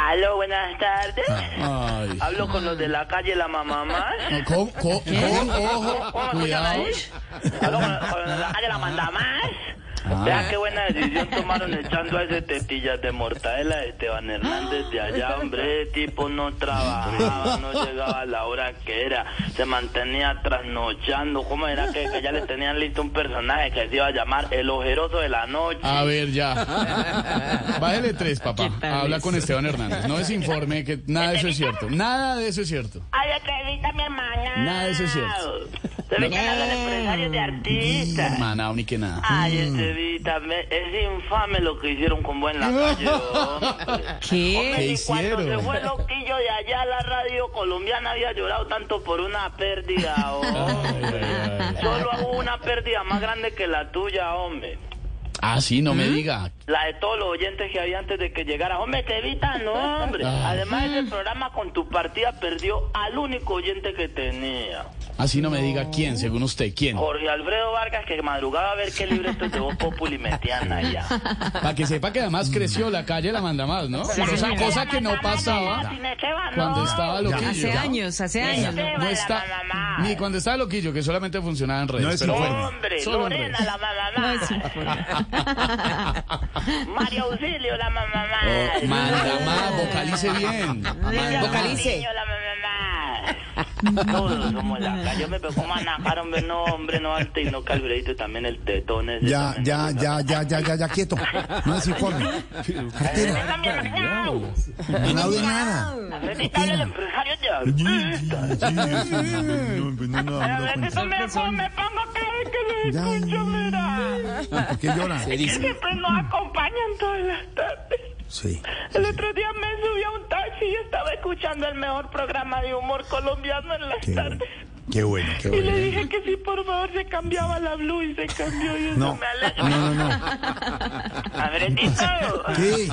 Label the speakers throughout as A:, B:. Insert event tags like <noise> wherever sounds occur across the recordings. A: Aló, buenas tardes.
B: Ay.
A: Hablo con los de la calle La
B: <laughs>
A: Mamá Más.
B: Con, con- con ojo,
A: ¿Cómo me escuchan
B: cuidado.
A: ahí? Hablo con, con los de la calle La Manda Más.
B: Ah.
A: Vea qué buena decisión tomaron echando a ese tetillas de mortadela de Esteban Hernández de allá, hombre. Ese tipo no trabajaba, no llegaba a la hora que era, se mantenía trasnochando. ¿Cómo era que, que ya le tenían listo un personaje que se iba a llamar El Ojeroso de la Noche?
B: A ver, ya. Bájele tres, papá. Habla con Esteban Hernández. No desinforme que nada de eso es cierto. Nada de eso es cierto.
A: Ay, acredita mi hermana.
B: Nada de eso es cierto.
A: Se me quedan los empresarios de artistas.
B: Maná, ni que
C: Ah.
B: nada.
A: Ay, Estevita, me- es infame lo que hicieron con vos en la
B: <laughs>
A: calle. hombre.
B: ¿Qué
A: Y cuando se
B: hicieron?
A: fue Loquillo de allá, la radio colombiana había llorado tanto por una
B: <laughs>
A: pérdida, hombre. Solo hubo una pérdida más grande que la tuya, hombre.
B: Ah, sí, no me diga.
A: La de todos los oyentes que había antes de que llegara. Hombre, te evitan, no, hombre.
B: Ah.
A: Además, ese programa con tu partida perdió al único oyente que tenía.
B: Así no me diga quién, según usted, quién.
A: Jorge Alfredo Vargas, que madrugaba a ver qué libretos de Voz Populi metían allá.
B: Para que sepa que además creció la calle la manda más, ¿no? Cosa, cosa que no pasaba cuando estaba loquillo.
D: Hace años, hace años. ¿no?
B: No está, ni cuando estaba loquillo, que solamente funcionaba en redes.
C: No es
B: pero
C: informe.
B: bueno,
A: Hombre,
B: solo en
A: Lorena,
B: redes.
A: la mamá.
D: <laughs> No es
A: María Auxilio, la mamá.
B: Oh, manda más, vocalice bien. Manda más.
D: vocalice.
A: Yo la mamá. Todos somos la calle. Yo me pego manajar, hombre, no, hombre, no, arte y no calbreito, también el tetón ese
C: Ya,
A: también.
C: ya, ya, ya, ya, ya, ya, quieto. No desinforme. Cartera,
A: Venga, mi hermano.
C: no hable nada.
A: Ahorita habla el empresario de artistas. A ver, si tú me pon- me pongo que que
C: Ya.
A: le escucho, mira.
C: ¿Por qué llora?
A: Que siempre nos acompañan todas las tardes.
C: Sí.
A: El otro día me subí a un taxi y estaba escuchando el mejor programa de humor colombiano en las
C: Qué bueno,
A: tardes.
C: qué bueno. Qué
A: Y le
C: bueno.
A: dije que sí, por favor, se cambiaba la blue y se cambió y eso
C: No,
A: me alegra.
C: no, no, no.
A: A ver, Tito,
C: ¿Qué?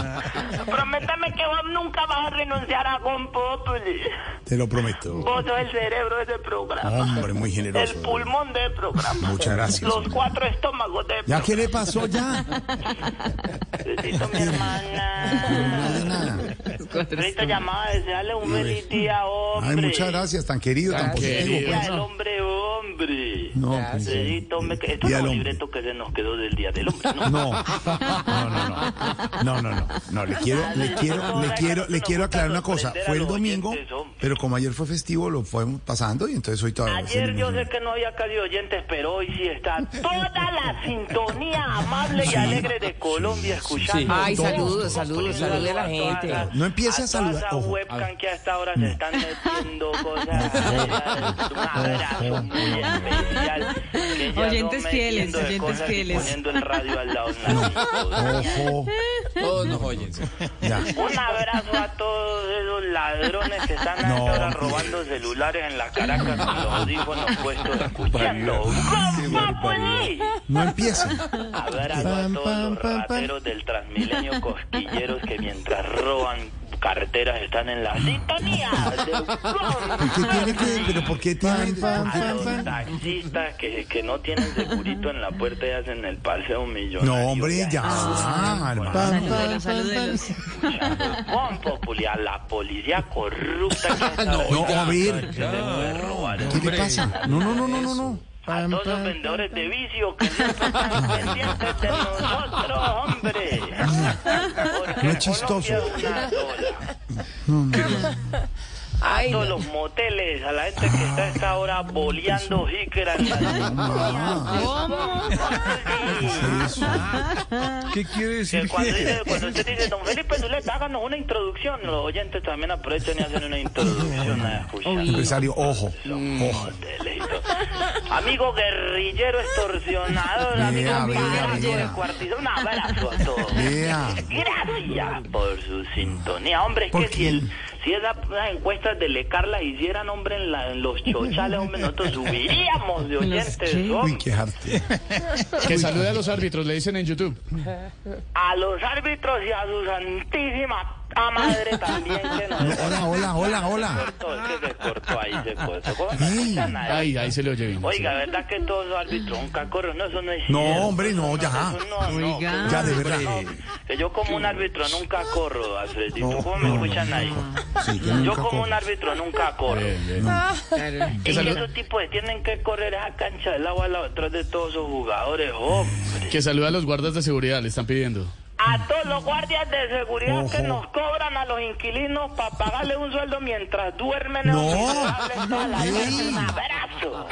A: prométame que vos nunca vas a renunciar a Gon Populi.
C: Te lo prometo.
A: Vos sos el cerebro de ese programa,
C: Hombre, muy
A: el
C: generoso.
A: pulmón de ese programa,
C: Muchas gracias.
A: los cuatro estómagos de
C: ¿Ya qué le pasó ya?
A: Tito, mi
C: <laughs>
A: hermana.
C: No de nada.
A: Ahorita llamaba a desearle un feliz día,
C: Ay,
A: hombre.
C: muchas gracias, tan querido, tan positivo.
B: querido.
A: Día
C: pues.
A: del hombre, hombre.
C: No, pues,
A: Alfredito, hombre, que esto
C: Día
A: es
C: del
A: un
C: hombre.
A: libreto que se nos quedó del día del hombre. ¿no?
C: <laughs> No, no, no, no, no, no, no, no, le quiero, le quiero, le quiero, le quiero aclarar una cosa, fue el domingo, pero como ayer fue festivo, lo fuimos pasando y entonces hoy todavía.
A: Ayer yo sé que no había casi oyentes, pero hoy sí está toda la sintonía amable y alegre de Colombia escuchando.
D: Ay, saludos, saludos, saludos a la gente.
C: No empiece a saludar,
A: A
C: ojo.
A: webcam que hasta ahora se están metiendo
C: <laughs>
A: cosas. Un abrazo muy especial. que ya no
D: Oyentes
A: me
D: fieles,
A: entiendo de
D: oyentes
A: cosas y
D: fieles.
A: Poniendo el radio al
C: <laughs>
A: lado. ¿no?
C: Ojo,
E: Todos nos oyen. sí.
C: ya.
A: Un abrazo a todos esos ladrones que están
C: No.
A: ahora robando celulares en la Caracas con los audífonos puestos escuchando. ¡Papoli!
C: No empiece.
A: Abrazo pues! a todos los rateros del Transmilenio cosquilleros que mientras roban carteras están en la sintonía
C: ¿Y qué tiene que, pero por qué tiene? por
A: a
C: qué-
A: los taxistas que, que no tienen segurito en la puerta y hacen el paseo millonario
C: No, hombre, ya, hermano.
D: Saludos, saludos.
A: Bon Populi, a la policía corrupta que está
C: <laughs> No, a ver,
A: se puede robar.
C: ¿qué le pasa? No, no, no, no, no, no.
A: A todos los vendedores de vicio que siempre están pendientes de nosotros, hombre. Porque
C: No es chistoso.
A: Colombia es una sola. a
D: Ay,
A: todos
D: no.
A: los moteles, a la gente que está a esta hora boleando jícara en la-
D: ¿Cómo?
E: ¿Qué quiere
A: Que
E: decir?
A: cuando, dice- cuando usted dice, don Felipe Zuleta, háganos una introducción, los oyentes también aprovechan y hacen una introducción a escuchar.
C: Empresario, ojo. Ojo.
A: Delito. Amigo guerrillero extorsionador,
C: Vea,
A: amigo
C: vea,
A: millonario
C: vea.
A: descuartizado, un abrazo a todos.
C: Vea.
A: Gracias por su sintonía. Hombre, es
C: ¿Por
A: que si,
C: qué?
A: el, si esas las encuestas de Lecar las hicieran, hombre, en, la- en los chochales, hombre, nosotros subiríamos
C: <laughs>
A: de oyentes.
D: qué?
A: hombre.
C: Uy, qué arte.
B: Que salude a los árbitros, le dicen en YouTube.
A: A los árbitros y a su santísima a madre también que nos...
C: Hola, hola, hola, hola.
A: Cortó, es que se cortó ahí, se cortó. ¿Cómo no
C: Ey.
A: escuchan ahí?
B: Ahí, ahí se le oye bien.
A: Oiga, ¿verdad que todos los árbitros son cacorros? No, eso no es
C: No,
A: cierto.
C: hombre, no, ya.
A: Eso no, no,
D: Oiga.
C: Ya, de verdad.
A: que yo como un árbitro nunca corro, Alfredito.
C: No,
A: ¿Cómo me
C: no, no,
A: escuchan ahí?
C: Sí, que
A: Ah. Yo
C: nunca
A: como un
C: corro.
A: árbitro nunca corro.
B: Bien, bien.
D: Claro.
B: Que,
A: Y
B: salu-
A: esos tipos que tienen que correr esa cancha del agua al lado detrás de todos esos jugadores, hombre.
B: que salude a los guardas de seguridad, le están pidiendo.
A: A todos los guardias de seguridad
C: Ojo.
A: que nos cobran a los inquilinos para pagarle un sueldo mientras duermen.
C: No.
A: en un miserable sala.
C: Ey.
A: Un abrazo.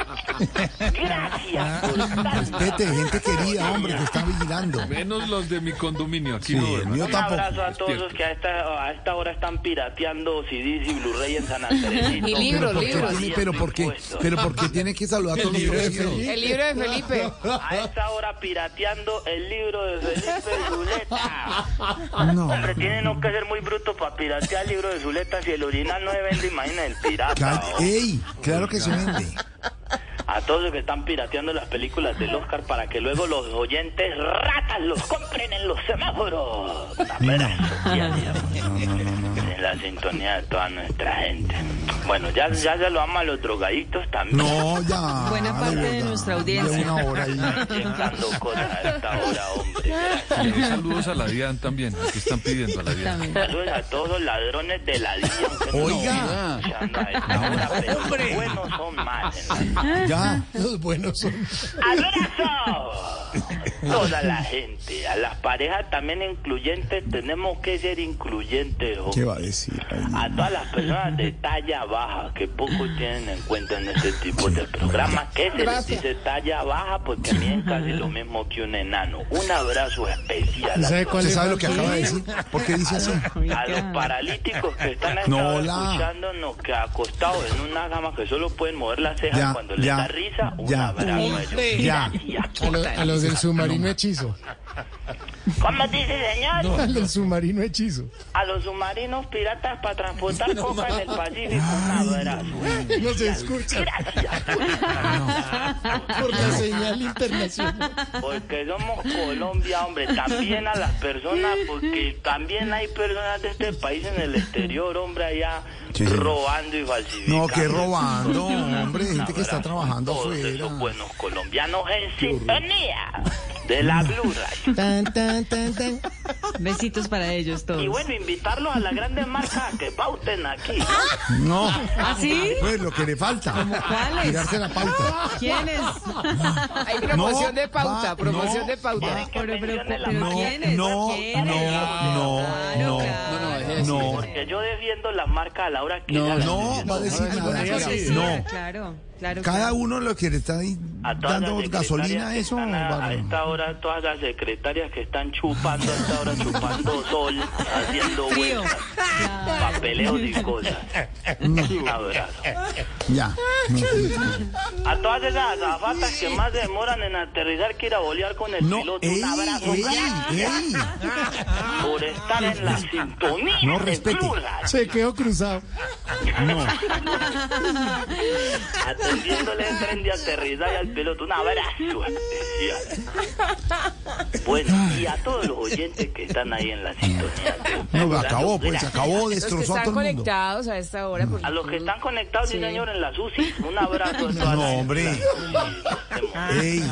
A: Gracias.
C: <laughs>
A: por tanto.
C: Respete, gente querida, hombre, que está vigilando.
E: Menos los de mi condominio. Aquí
C: Sí,
E: no.
C: el mío
A: Un abrazo
C: tampoco.
A: a todos los que a esta, a esta hora están pirateando CDs y Blu-ray en San
C: <laughs>
A: Andrés.
D: Y libros,
C: ¿Por qué
D: libros.
C: tiene- pero por qué, pero por qué tiene que saludar a todos los vecinos?
D: El libro de Felipe.
A: A esta hora pirateando el libro de Felipe Zuleta.
C: No.
A: Hombre, tiene no que ser muy bruto para piratear el libro de Zuleta. Si el original no se vende, imagina el pirata.
C: Cállate.
A: ¿o?
C: ¡Ey! Claro que se vende.
A: A todos los que están pirateando las películas del Oscar para que luego los oyentes ratas los compren en los semáforos. Abrazo, ya, ya. En la sintonía de toda nuestra gente. Bueno, ya, ya se lo ama a los drogaditos también.
C: No, ya.
D: Buena parte de
C: verdad.
D: nuestra
C: Ya
D: audiencia.
C: Una hora ahí.
A: Inventando cosas a esta hora, hombre.
E: Y un Saludos a la DIAN también. que están pidiendo a la DIAN.
A: Saludos a todos los ladrones de la DIA. aunque no
F: Ah,
C: Oiga.
A: nos escuchando a esta hora, pero los buenos son malos.
C: Ya. Los buenos son.
A: ¡Abrazo! Toda la gente, a las parejas también incluyentes, tenemos que ser incluyentes, hombre.
C: ¿Qué va a decir? Ay, no.
A: a todas las personas de talla baja que poco tienen en cuenta en este tipo de programas que se les dice talla baja porque miden casi lo mismo que un enano un abrazo especial a,
C: ¿Usted sabe lo que acaba de decir? ¿Por qué dice así?
A: a los paralíticos que están
C: No,
A: no,
C: hola.
A: escuchándonos que acostados en una gama que solo pueden mover las cejas
C: Ya,
A: cuando les
C: ya,
A: da risa un
C: ya,
A: abrazo a ellos.
C: Ya.
A: Gracias.
F: A, lo- a los del submarino hechizo.
A: ¿Cómo dice señor?
F: A los del submarino hechizo.
A: A los submarinos piratas para transportar coca en el Pacífico un abrazo.
F: No se escucha
A: Gracias.
F: por la señal internacional.
A: Porque somos Colombia, hombre, también a las personas, porque también hay personas de este país en el exterior, hombre, allá
C: Sí, señor.
A: robando y falsificando.
C: No,
A: <laughs>
C: que robando, hombre. Gente que
A: Abrazo
C: está
A: a
C: trabajando
A: todos
C: afuera.
A: esos buenos colombianos en sintonía de la Blue Radio.
F: Tan, tan, tan, tan.
D: Besitos para ellos
A: Y
D: todos.
A: bueno, invitarlos a las grandes marcas a que pauten aquí.
C: No.
D: ¿Ah,
C: <laughs>
D: sí?
C: Pues lo que le falta.
D: cuáles?
C: Tirarse
G: <laughs>
C: la pauta.
D: ¿Quiénes?
G: Hay Ah, promoción
C: No,
G: de pauta,
C: va,
G: promoción
C: no,
G: de pauta.
D: Pero, pero, pero,
C: No,
D: ¿quiénes?
C: no,
D: ¿Quiénes?
C: no, no,
D: Claro,
C: no,
D: claro.
C: No.
A: Porque yo defiendo las marcas a la hora que ya las
C: No, va a decir nada.
D: Una
C: Sí,
D: cortesía,
C: No.
D: Claro, claro.
C: Cada
D: claro.
C: uno lo que le está ahí
A: A todas
C: dando
A: las secretarias
C: gasolina a
A: que
C: eso.
A: están A, a
C: vale.
A: esta hora, todas las secretarias que están chupando, a esta hora chupando sol, haciendo
D: Frío.
A: vueltas, papeleos y
C: <laughs>
A: cosas. Un abrazo.
C: Ya.
A: A todas esas azafatas que más demoran en aterrizar que ir a bolear con el
C: No,
A: piloto,
C: ey,
A: un abrazo
C: ey,
A: grande
C: ey.
A: por estar en la sintonía.
C: Pues, No,
A: de
C: respete.
A: Blue Radio,
F: Se quedó cruzado.
A: Atendiéndole el tren de aterrizar y al piloto, un abrazo especial. Bueno, y a todos los oyentes que están ahí en la sintonía. de
C: No,
A: Blue Radio,
C: acabó, pues se acabó,
G: Los que
C: destrozó a
G: están
C: todo el mundo. Mm.
G: conectados a esta hora. por
A: A los que están conectados, sí,
G: Sí.
A: señor, en las UCI, un abrazo a todas
C: No,
A: las
C: hombre.
A: enfermeras.
C: Ey.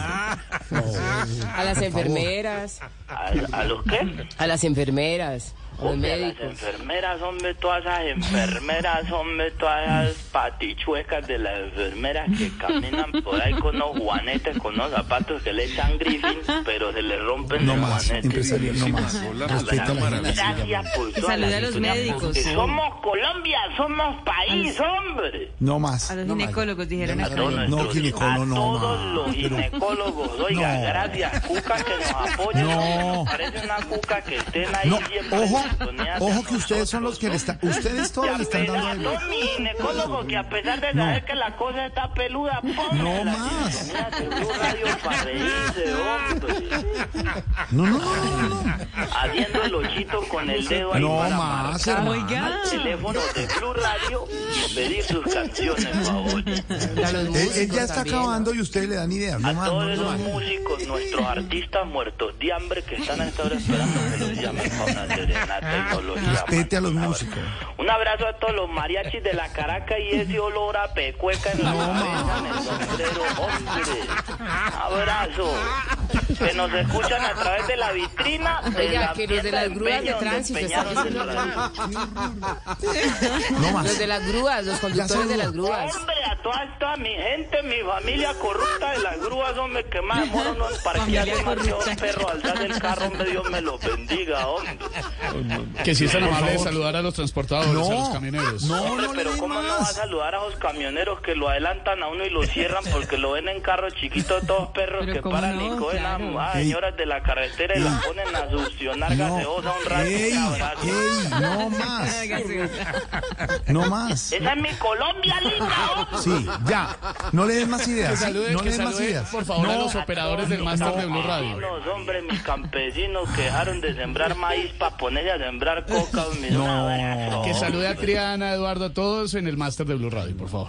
G: a las enfermeras.
A: ¿A, a los qué?
G: A las enfermeras.
A: Hombre, las enfermeras, hombre, todas esas enfermeras, hombre, todas esas patichuecas de las enfermeras que caminan por ahí con los juanetes, con los zapatos que le echan griffin, pero se le rompen
C: No
A: los
C: más,
A: juanetes.
C: empresario, no más.
E: Hola,
C: Respeta a la gente.
A: Gracias por toda
D: Saluda
A: la
D: a los
A: sintonía,
D: médicos,
A: porque
D: sí.
A: Somos Colombia, somos país, hombre.
C: No más.
D: A los
C: no más.
D: ginecólogos dijeron
C: No,
D: acá.
C: no, no,
A: nuestros-
C: ginecólogo, no,
A: a todos
C: ma.
A: los
C: Pero-
A: ginecólogos, oiga,
C: No.
A: gracias, Cuca, que nos apoyen.
C: No.
A: porque nos parece una Cuca que estén ahí
C: No,
A: siempre.
C: ojo,
A: en sintonía de
C: ojo que ustedes son los que le están, ustedes todos le están
A: nosotros.
C: dando
A: A
C: de
A: todos mis ginecólogos que a pesar de
C: No.
A: saber que la cosa está peluda,
C: No
A: pónganla
C: más.
A: en la Blue radio para reírse, hombre.
C: No, no, no, no, no.
A: Haciendo el ochito con el dedo ahí
C: No
A: para
C: más,
A: marcar
C: hermano.
D: Oiga.
A: al teléfono de Blue Radio y pedir sus canciones favoritas.
C: Él, él ya está acabando y ustedes le dan ideas. No
A: A
C: más,
A: todos
C: no, no
A: esos
C: más.
A: músicos, nuestros artistas muertos de hambre que están a esta hora esperando que los llamen para una serenata y no los llaman.
C: Respete a los músicos.
A: Un abrazo a todos los mariachis de la Caracas y ese olor a pecueca en la cabeza, en el sombrero, hombre. Abrazo. Que nos escuchan a través de la vitrina de
G: Oiga,
A: la
G: que los de
A: tienda
G: las
A: del
G: grúas de
A: Peña donde
G: tránsito
A: empeñaron
G: están
A: el
G: diciendo
A: radio.
C: No
G: Los
C: más.
G: de las grúas, los conductores de las grúas.
A: Hombre, a toda esta mi gente, mi familia corrupta de las grúas, hombre, que más demoro no en parquear
D: Familia
A: demasiado
D: corrupta.
A: perro al dar el carro, hombre, Dios me lo bendiga, hombre.
B: Que si es tan amable de saludar a los transportadores, a los
C: No,
B: camioneros.
C: no,
A: Hombre,
C: no le
A: pero
C: den
A: cómo no va a
C: más.
A: saludar a los camioneros que lo adelantan a uno y lo cierran porque lo ven en carro chiquito, todos perros
D: Pero
A: que
D: cómo
A: paran y
D: no,
A: cogen a-
D: claro.
A: a,
C: Ey.
A: señoras de la carretera y las ponen a succionar gaseosa un rato.
C: ey,
A: abrazo.
C: ey, no más, no más.
A: Esa es mi Colombia linda, hombre.
C: Sí, ya. No le den más ideas.
B: Que
C: sí,
B: salude,
C: no
B: que
C: le den más
B: salude,
C: ideas.
B: por favor, a
C: No,
B: los operadores del máster de Blue Radio.
A: Los hombres, mis campesinos que dejaron de sembrar maíz para poner a sembrar coca. Mis no.
B: Que salude a Triana, Eduardo, a todos en el máster de Blue Radio, por favor.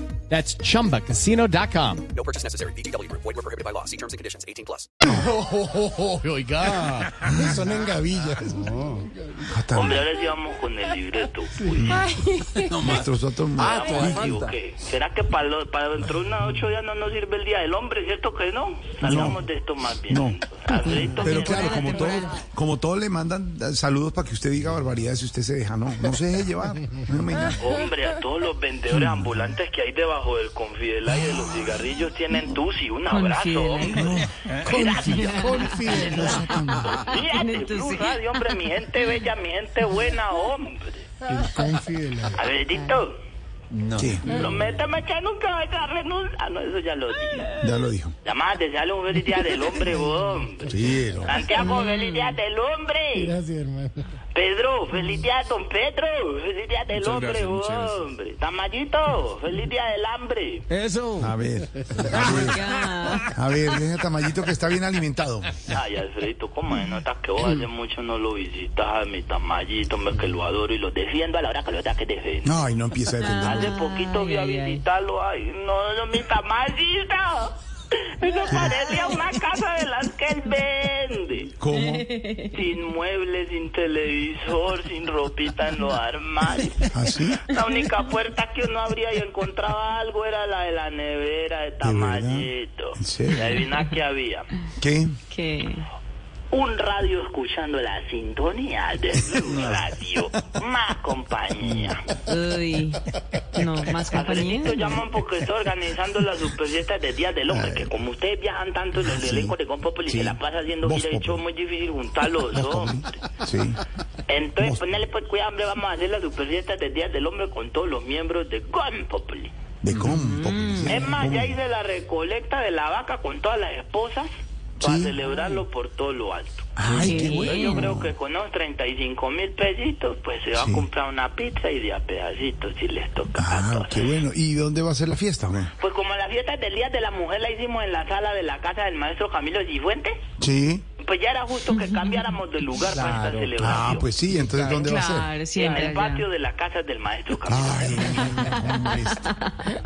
H: That's chumbacasino.com.
B: Oiga,
C: <laughs>
F: Son engavillas.
C: Catalán,
A: Hombre, ahora sí vamos con el libreto. Uy,
C: destrozó a todo el mundo.
A: vamos, me equivoqué. ¿Será Ah, que para, lo- para dentro de unos ocho días no nos sirve el Día del Hombre? ¿Cierto que no? Salgamos de esto más bien.
C: No.
A: Alfredito,
C: Pero
A: mira,
C: claro, como todos, como todos le mandan eh, saludos para que usted diga barbaridades si usted se deja, no, no se deje llevar. No
A: <laughs>
C: me engañe.
A: Hombre, a todos los vendedores ambulantes que hay debajo del Confidela y de los cigarrillos tienen tusi. Un abrazo,
D: Confidela.
A: hombre.
F: Confía, confía. No sea tan malo.
A: <laughs> Fíjate, Blue Radio, hombre, mi gente bella, mi gente buena, hombre.
F: Confía.
A: A ver, Dito,
C: ¿Qué?
A: no me está machando nunca vas a renunciar. Ah, no, eso ya lo dije.
C: Ya lo dijo.
A: Nada más desearle un feliz día del hombre, hombre.
C: Sí, no.
A: Santiago, feliz día del hombre.
F: Gracias, hermano.
A: Pedro, feliz día, don Pedro. Feliz día del
E: Muchas
A: hombre,
E: gracias, muchas gracias.
A: hombre. Tamayito, feliz día del hambre.
C: A ver, a ver, a ver, deje a Tamayito que está bien alimentado.
A: Ay, Alfredito, ¿cómo es? Notas que vos hace mucho no lo visitas a mi tamayito, hombre, que lo adoro y lo defiendo a la hora que lo tenga que defender.
C: No, y no empieza a defenderlo.
A: Hace poquito fui a
D: ay, ay.
A: visitarlo. Ay, no, no, mi tamayito. Eso parece a una casa de las que él vende.
C: ¿Cómo?
A: Sin muebles, sin televisor, sin ropita en los armarios.
C: ¿Así?
A: La única puerta que uno abría y encontraba algo era la de la nevera de tamayito.
C: ¿En
A: Y
C: serio?
A: adivina qué había.
C: ¿Qué?
D: Que
A: Un radio escuchando la sintonía de
C: <laughs>
A: Blue Radio. Más compañía.
D: Uy. No, más compañía.
A: Alfredito llaman porque está organizando las superfiestas de Día del Hombre, que como ustedes viajan tanto en el elenco de Compopoli
C: Sí.
A: se la pasa haciendo
C: Voz
A: gira y hecho es muy
C: Populi.
A: difícil juntarlos los dos.
C: Sí.
A: Entonces,
C: Voz-
A: ponerle pues cuidado, hombre, vamos a hacer las superfiestas de Día del Hombre con todos los miembros de Compopoli.
C: De compo. sí.
A: Es más, ya hice la recolecta de la vaca con todas las esposas para
C: Sí.
A: celebrarlo por todo lo alto.
C: Ay, qué
A: Yo
C: bueno.
A: creo que con unos 35 mil pesitos, pues se va
C: Sí.
A: a comprar una pizza y de a pedacitos si les toca. a
C: Ah,
A: todos.
C: qué bueno. ¿Y dónde va a ser la fiesta? o no?
A: Pues como las fiestas del Día de la Mujer la hicimos en la sala de la casa del maestro Camilo Cifuentes,
C: Sí.
A: pues ya era justo que cambiáramos de lugar para esta celebración.
C: Ah, pues sí, entonces ¿dónde va a ser?
D: Claro,
A: en
D: siempre.
A: el patio de la casa del maestro
C: Ah.
A: Camilo.
C: Ay, hombre, este,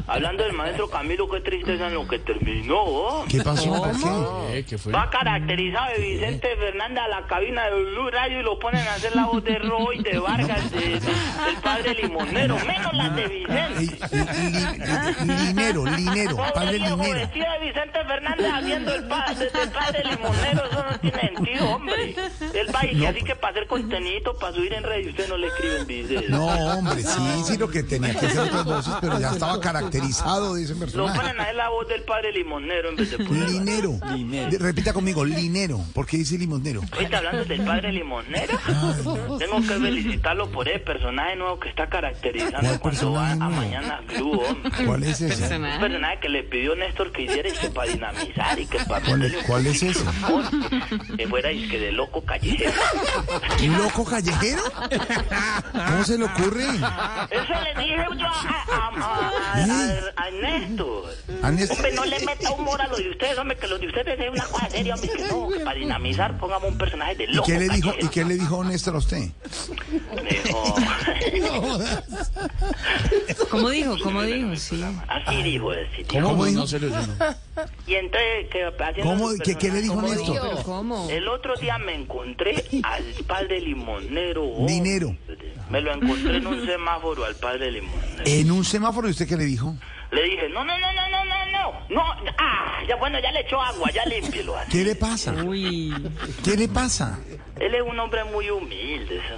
A: Hablando del maestro Camilo, qué tristeza en lo que terminó. ¿oh?
C: ¿Qué pasó? ¿Por qué?
B: Eh, ¿Qué fue?
A: Va caracterizado de Vicente Fernández a la cabina de Blue Radio y lo ponen a hacer la voz de Roy, de Vargas, de, de- del padre Limonero, menos la de Vicente.
C: Ey, li- li- li- Linero, linero,
A: Pobre
C: padre
A: viejo
C: linero.
A: vestido de Vicente Fernández haciendo el padre, el padre Limonero, eso no tiene sentido, hombre. Él va y que así que para hacer contenido, para subir en redes, usted no le escribe en Vicente.
C: No, hombre, sí, sí, lo que tenía que hacer otras voces, pero ya estaba caracterizado de ese
A: Lo
C: personaje.
A: ponen a él la voz del padre Limonero en vez de poner-
C: Linero. De- Repita conmigo, linero. ¿Por qué dice limonero?
A: Ahorita hablando del padre
C: <laughs>
A: limonero, tengo que felicitarlo por el personaje nuevo que está caracterizando
C: ¿Cuál
A: cuando va a
C: personaje nuevo?
A: Mañana Blue. hombre.
C: ¿Cuál es ese?
A: Un personaje que le pidió Néstor que hiciera es que para dinamizar y que para
C: ¿Cuál-
A: meterle un
C: cuál es
A: poquito de
C: ese?
A: humor, que fuera es que de loco callejero.
C: ¿Loco callejero? ¿Cómo se le ocurre?
A: Eso le dije yo a, a, a- a- a Néstor.
C: Ernesto,
A: Hombre, no le meta humor a lo de ustedes, hombre, que lo de ustedes es una cosa seria, hombre, que no, que para dinamizar pongamos un personaje de
C: ¿Y
A: loco
C: qué le dijo,
A: callejero.
C: y qué le dijo Néstor a usted?
A: Me dijo,
D: ¿Cómo dijo? ¿Cómo dijo? Sí.
A: así dijo, así dijo.
B: ¿Cómo?
C: ¿Cómo
B: No,
C: dijo?
B: se lo yo no.
A: Y entonces, que haciendo
C: ¿Cómo,
A: su
C: qué, qué le dijo
D: ¿Cómo
C: Néstor?
D: dijo? ¿Cómo?
A: El otro día me
C: <laughs>
A: encontré al padre limonero. hombre.
C: Dinero.
A: Me lo encontré en un semáforo al padre limonero.
C: En un semáforo, ¿y usted qué le dijo?
A: Le dije, no, no, no, no, no, no, no. No, ah, ya bueno, ya le echó agua, ya límpielo. así.
C: ¿Qué le pasa?
D: Uy.
C: ¿Qué le pasa?
A: Él es un hombre muy humilde. ese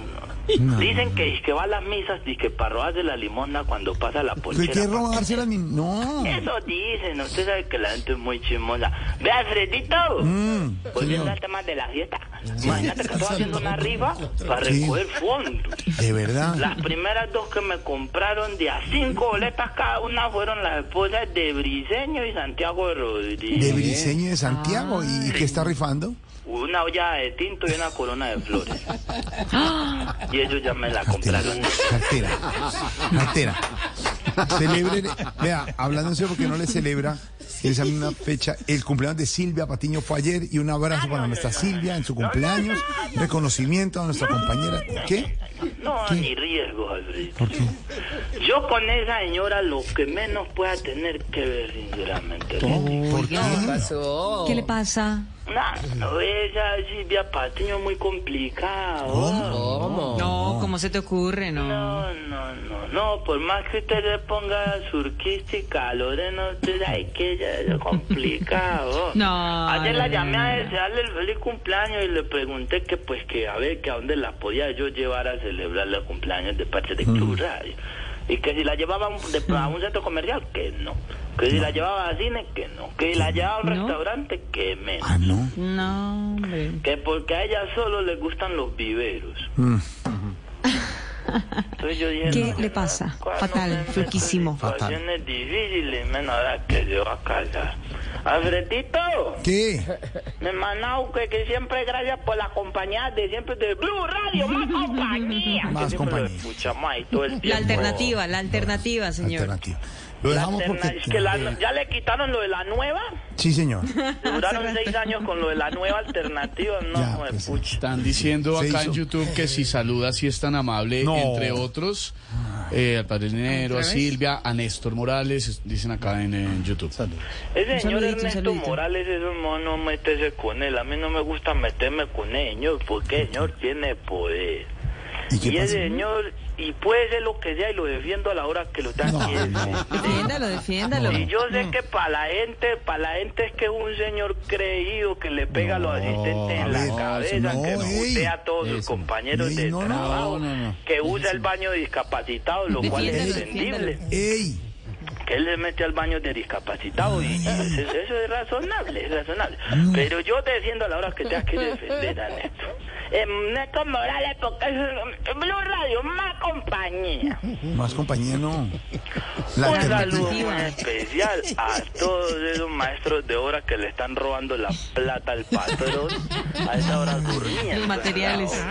A: no. Dicen que, que va a las misas y que para robarse la limosna cuando pasa la
C: ¿Qué,
A: polchera.
C: qué robarse la min- No.
A: Eso dicen, usted sabe que la gente es muy chismosa. Ve Alfredito,
C: Mm.
A: volviendo al tema de la fiesta, imagínate que estoy haciendo una rifa para
C: Sí.
A: recoger fondos.
C: De verdad.
A: Las primeras dos que me compraron de a cinco boletas cada una fueron las esposas de Briseño y Santiago Rodríguez.
C: De Briseño y de Santiago. ¿Y qué está rifando?
A: Una olla de tinto y una corona de
C: <laughs>
A: flores. y ellos ya me la
C: Cartera.
A: compraron.
C: Cartera. Cartera. Celebren, vea, hablando en serio, porque no le celebra esa misma fecha. El cumpleaños de Silvia Patiño fue ayer y un abrazo para nuestra Silvia en su cumpleaños. Reconocimiento a nuestra compañera. ¿Qué?
A: No, ni riesgo, Alfredito. Yo con esa señora lo que menos pueda tener que ver, sinceramente.
C: ¿Por qué?
G: pasó?
D: ¿Qué le pasa?
A: No, no, esa Silvia Patiño es muy complicada. ¿oh?
D: No, ¿cómo se te ocurre? No.
A: No, no, no, no, por más que usted le ponga surquista y calores, no, usted sabe que ella es complicado.
D: <laughs> No,
A: Ayer la
D: no,
A: llamé
D: no,
A: a
D: no.
A: desearle el feliz cumpleaños y le pregunté que pues que a ver que a dónde la podía yo llevar a celebrar el cumpleaños de parte de
D: Mm.
A: Club Radio. Y que si la llevaba a un- de- a un centro comercial, que no. Que si la llevaba a cine, que no. Que si la llevaba a un
D: ¿No?
A: restaurante, que menos.
C: Ah, no.
D: No, hombre.
A: Que porque a ella solo le gustan los viveros.
C: Mm.
D: <laughs>
A: Entonces yo dije,
D: ¿Qué
A: no,
D: le
A: no,
D: pasa?
A: ¿cuál no
D: Fatal,
A: me meto en
D: flaquísimo.
A: situaciones difíciles, menos ahora que se va a casar. Alfredito, <laughs>
C: ¿Qué?
A: me manao que, que siempre gracias por la compañía de siempre de Blue Radio,
D: <laughs>
A: más compañía.
C: Más
A: Que siempre
C: compañía.
A: lo escuchamos ahí todo el
D: La
A: tiempo.
D: alternativa, la alternativa, señor.
C: Alternativa. Lo
A: La
C: dejamos
A: alterna-
C: porque.
A: es que la- ya le quitaron lo de la nueva. <laughs>
C: Sí, señor.
D: Ah,
A: Duraron seis años con lo de la nueva
C: <laughs>
A: alternativa. No,
C: Ya,
A: pues,
C: pues,
A: pucha.
B: Están diciendo
C: Se
B: acá
C: hizo.
B: en YouTube que si saluda, si es tan amable,
C: No.
B: entre otros, eh, al Padre Dinero, a Silvia, a Néstor Morales, es- dicen acá en, eh, YouTube.
A: Ese señor
D: saludito, un
A: Ernesto
D: saludito.
A: Morales es un mono, métese con él. A mí no me gusta meterme con él, señor, porque el señor tiene poder.
C: ¿Y qué
A: Y ese
C: pasa?
A: señor, y puede ser lo que sea, y lo defiendo a la hora que lo tenga
C: No,
A: que decir.
C: no. <laughs>
D: Defiéndalo, defiéndalo.
A: Y yo sé que para la gente, para la gente es que es un señor creído que le pega a los asistentes en
C: a
A: la
C: ver,
A: cabeza,
C: no,
A: que
C: ey,
A: putea a todos sus compañeros
C: Ey,
A: de
C: no, no,
A: trabajo,
B: no, no.
A: que usa el baño de discapacitados, lo cual es
D: Defiéndalo, defiéndalo.
A: entendible
C: ¡Ey!
A: que él le mete al baño de discapacitado y, y pues eso,
C: Mm. <laughs>
A: eso es razonable, es razonable. Pero yo defiendo a la hora que tenga que defender a Néstor. em, Neco Morales porque es Blue Radio, más compañía.
C: Más compañía no. La
A: Un saludo
C: alternativa.
A: muy especial a todos esos maestros de obra que le están robando la plata al patrón a esa hora durmiendo.
D: Los materiales.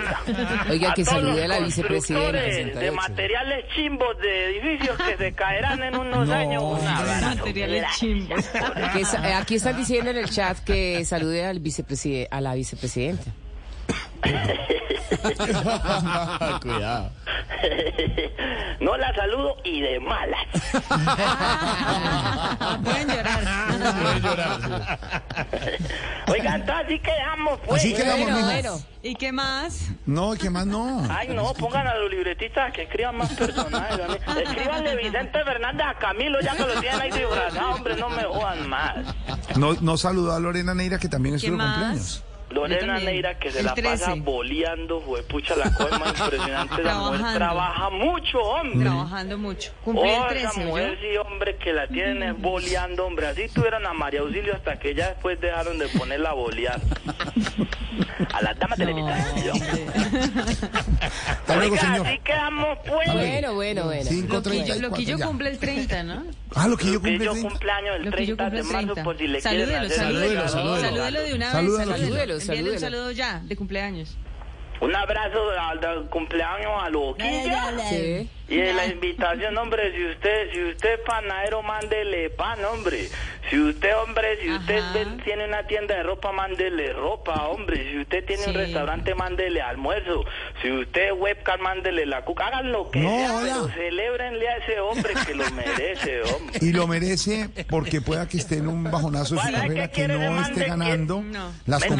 G: Oiga,
A: A
G: que
A: todos
G: salude a la
A: los
G: vicepresidenta.
A: constructores De
G: 68.
A: materiales chimbos de edificios que se caerán en unos años. Un abrazo.
D: Ah, Materiales chimbos.
G: Que sa- eh, aquí están diciendo en el chat que salude al vicepreside- a la vicepresidenta.
B: <laughs> Cuidado.
A: No la saludo y de malas.
D: <laughs> Pueden llorar.
B: Puede llorar.
A: Oigan, entonces así quedamos, pues.
C: Así quedamos,
G: Bueno,
C: mijo.
G: bueno.
D: ¿Y qué más?
C: <laughs> No, ¿qué más no?
A: Ay, no, pongan a los libretistas que escriban más personajes. a mí. Escríbanle Vicente Fernández a Camilo, ya que lo tienen ahí disfrazado. Hombre, no me jodan más.
C: No, no saludó a Lorena Neira, que también es
D: ¿Qué
C: su
D: más? Yo
C: cumpleaños.
A: Lorena
D: también.
A: Neira, que se
D: El
A: la
D: 13.
A: pasa boleando, juepucha, la cosa más impresionante. La mujer
D: Trabajando.
A: trabaja mucho,
C: Mm.
A: hombre.
D: Trabajando mucho. Cumplí el
A: Oh, esa
D: 13,
A: mujer
D: ¿oyó? Mm.
A: sí, hombre, que la tienen es boleando, hombre. Así tuvieron a María Auxilio hasta que ya después dejaron de ponerla a bolear. A las damas
D: Oh,
A: televidentes.
C: Hasta luego,
A: Oiga,
C: señor.
A: así quedamos, pues.
G: Bueno, bueno, bueno.
D: Loquillo,
C: 5.34.
D: Loquillo
C: ya.
D: cumple el 30, ¿no?
C: Ah, lo que yo
A: Loquillo
C: cumple.
A: cumpleaños el
D: Lo que yo
A: 30 de
D: cumple el
A: marzo,
D: 30.
A: por si le quieren
D: Salúdelo,
A: hacer
D: salúdelo.
A: regalo.
B: salúdelo.
D: Salúdelo de una vez.
C: Salúdalo,
D: Salúdelo.
G: Loquillo.
D: Envíale un saludo ya, de cumpleaños.
A: Un abrazo al al cumpleaños a Loquillo.
G: Sí.
A: Y de la invitación, hombre, si usted, si usted es panadero, mándele pan, hombre. Si usted, hombre, si usted
D: Ajá.
A: ve- tiene una tienda de ropa, mándele ropa, hombre. Si usted tiene un
D: Sí.
A: restaurante, mándele almuerzo. Si usted es webcam, mándele la cuca. Hagan lo que
C: No,
A: sea,
C: hola.
A: pero celébrenle a ese hombre que lo merece, hombre.
C: Y lo merece porque pueda que esté en un bajonazo de su
A: Bueno, es que
C: carrera, que
A: quiere
C: no
A: demandar
C: esté
A: que-
C: ganando
D: No.
C: las
A: Métale un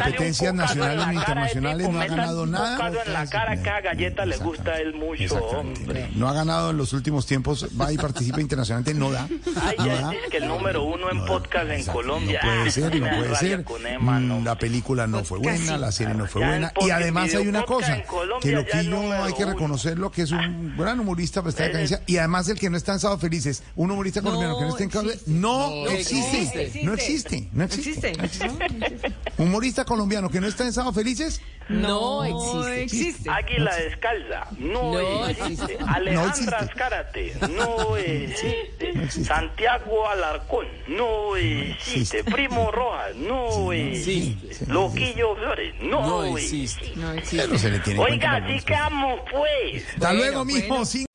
A: cucazo
C: competencias
A: en la
C: nacionales
A: cara
C: ni
A: de
C: internacionales,
A: tipo,
C: no ha
A: métale
C: ganado
A: un
C: nada.
A: cucazo en la cara, que a galleta le gusta a él mucho,
C: Exactamente.
A: hombre.
C: No ha ganado en los últimos tiempos, va y participa internacionalmente, no da.
A: Ay,
C: no
A: ya
C: da.
A: es que el número uno en
C: No da.
A: podcast en
C: Exacto,
A: Colombia.
C: No
A: <laughs>
C: puede ser, no
A: Ah,
C: puede
A: Radio
C: ser.
A: Cunema,
C: Mm,
A: no.
C: La película no fue buena, la serie no fue
A: Ya
C: buena.
A: en
C: Y
A: podcast,
C: además hay una
A: videopodcast
C: cosa,
A: en Colombia
C: que
A: ya es
C: Loquillo
A: número
C: hay que
A: uno.
C: reconocerlo, que es un gran humorista para estar en
A: Eres-
C: cabeza. Y además el que no está en sábado felices, un humorista colombiano que no está en cabeza,
D: existe.
C: no existe.
D: existe.
C: No existe, no existe.
D: ¿Existe?
C: Humorista colombiano que no está en sábado felices,
G: No existe.
D: existe.
A: Águila descalza, no,
G: No
A: existe.
G: existe.
C: No
A: Alejandra
C: existe.
A: Azcárate,
C: <laughs>
A: no existe. Santiago Alarcón, no existe. Primo Rojas, no existe. Loquillo Flores, no, existe.
D: No existe.
C: pero se le tiene
A: Oiga,
C: cuenta.
A: así quedamos pues.
C: Hasta luego, mijo. sí.